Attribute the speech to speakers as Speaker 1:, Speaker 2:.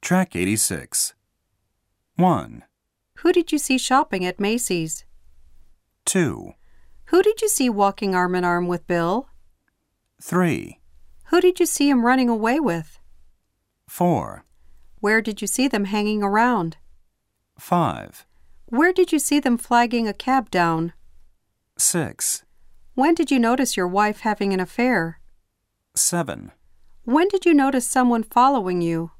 Speaker 1: Track 86. 1,
Speaker 2: Who did you see shopping at Macy's?
Speaker 1: 2,
Speaker 2: Who did you see walking arm in arm with Bill?
Speaker 1: 3,
Speaker 2: Who did you see him running away with?
Speaker 1: 4,
Speaker 2: Where did you see them hanging around?
Speaker 1: 5,
Speaker 2: Where did you see them flagging a cab down?
Speaker 1: 6,
Speaker 2: When did you notice your wife having an affair?
Speaker 1: 7,
Speaker 2: When did you notice someone following you?